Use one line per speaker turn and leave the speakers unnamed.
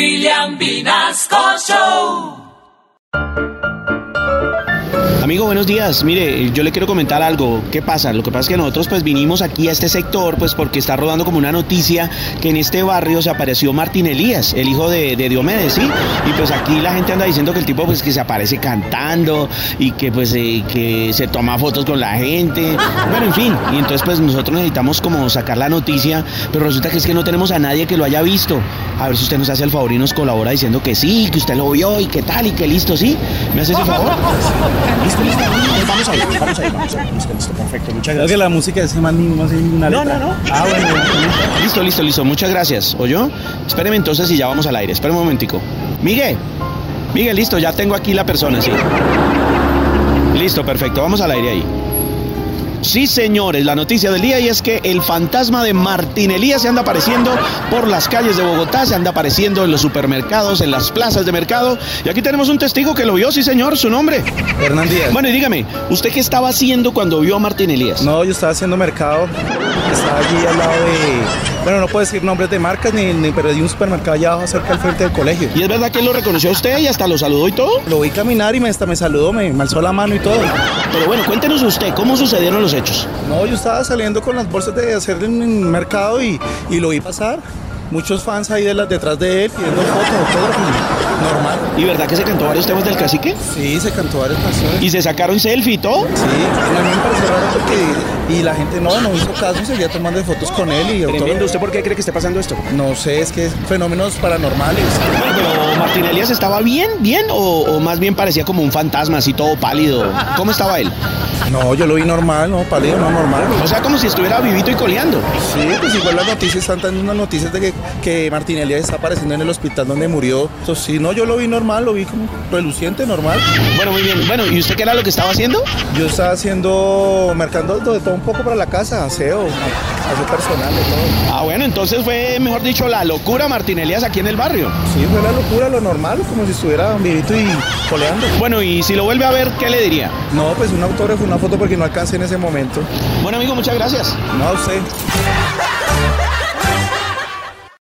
William Vinasco Show.
Amigo, buenos días. Mire, yo le quiero comentar algo. ¿Qué pasa? Lo que pasa es que nosotros pues vinimos aquí a este sector pues porque está rodando como una noticia que en este barrio se apareció Martín Elías, el hijo de, de Diomedes, ¿sí? Y pues aquí la gente anda diciendo que el tipo pues que se aparece cantando y que pues eh, que se toma fotos con la gente. Bueno, en fin. Y entonces pues nosotros necesitamos como sacar la noticia, pero resulta que es que no tenemos a nadie que lo haya visto. A ver si usted nos hace el favor y nos colabora diciendo que sí, que usted lo vio y que tal y que listo, ¿sí? ¿Me hace ese favor? Listo, listo. Eh, Vamos ahí, vamos ahí, vamos ahí. Listo, listo, perfecto. Muchas
Creo que
gracias.
la música es más no hace ninguna
No,
letra.
no, no.
Ah, bueno. bueno.
Listo, listo, listo. Muchas gracias. ¿Oyó? Espéreme entonces y ya vamos al aire. Espera un momentico. Miguel. Miguel, listo. Ya tengo aquí la persona, sí. Listo, perfecto. Vamos al aire ahí. Sí, señores, la noticia del día y es que el fantasma de Martín Elías se anda apareciendo por las calles de Bogotá, se anda apareciendo en los supermercados, en las plazas de mercado. Y aquí tenemos un testigo que lo vio, sí, señor, su nombre.
Hernán Díaz.
Bueno, y dígame, ¿usted qué estaba haciendo cuando vio a Martín Elías?
No, yo estaba haciendo mercado. Estaba allí al lado de. Bueno, no puedo decir nombres de marcas, ni, ni- pero de un supermercado allá abajo cerca al frente del colegio.
¿Y es verdad que él lo reconoció a usted y hasta lo saludó y todo?
Lo vi caminar y me, hasta me saludó, me, me alzó la mano y todo.
Pero bueno, cuéntenos usted, ¿cómo sucedieron los hechos?
No, yo estaba saliendo con las bolsas de hacer en el mercado y, y lo vi pasar. Muchos fans ahí de las detrás de él pidiendo fotos, autógrafos, normal.
¿Y verdad que se cantó varios temas del cacique?
Sí, se cantó varias canciones.
¿Y se sacaron selfie y todo?
Sí, a mí me pareció raro porque y la gente no, no hizo caso, seguía tomando fotos con él y autógrafos.
¿usted por qué cree que esté pasando esto?
No sé, es que es fenómenos paranormales.
Bueno, pero Martín Elías estaba bien, bien, o, o más bien parecía como un fantasma, así todo pálido. ¿Cómo estaba él?
No, yo lo vi normal, no, pálido, no, normal.
O sea, como si estuviera vivito y coleando.
Sí, pues igual las noticias están dando unas noticias de que, que Martín Elías está apareciendo en el hospital donde murió. Entonces, sí, no, yo lo vi normal, lo vi como reluciente, normal.
Bueno, muy bien. Bueno, ¿y usted qué era lo que estaba haciendo?
Yo estaba haciendo, mercando de todo un poco para la casa, aseo, aseo personal, de todo.
Ah, bueno, entonces fue, mejor dicho, la locura Martín Elías aquí en el barrio.
Sí, fue la locura, lo normal, como si estuviera vivito y coleando.
Bueno, y si lo vuelve a ver, ¿qué le diría?
No, pues un autógrafo, una foto porque no alcancé en ese momento.
Bueno, amigo, muchas gracias.
No, sé.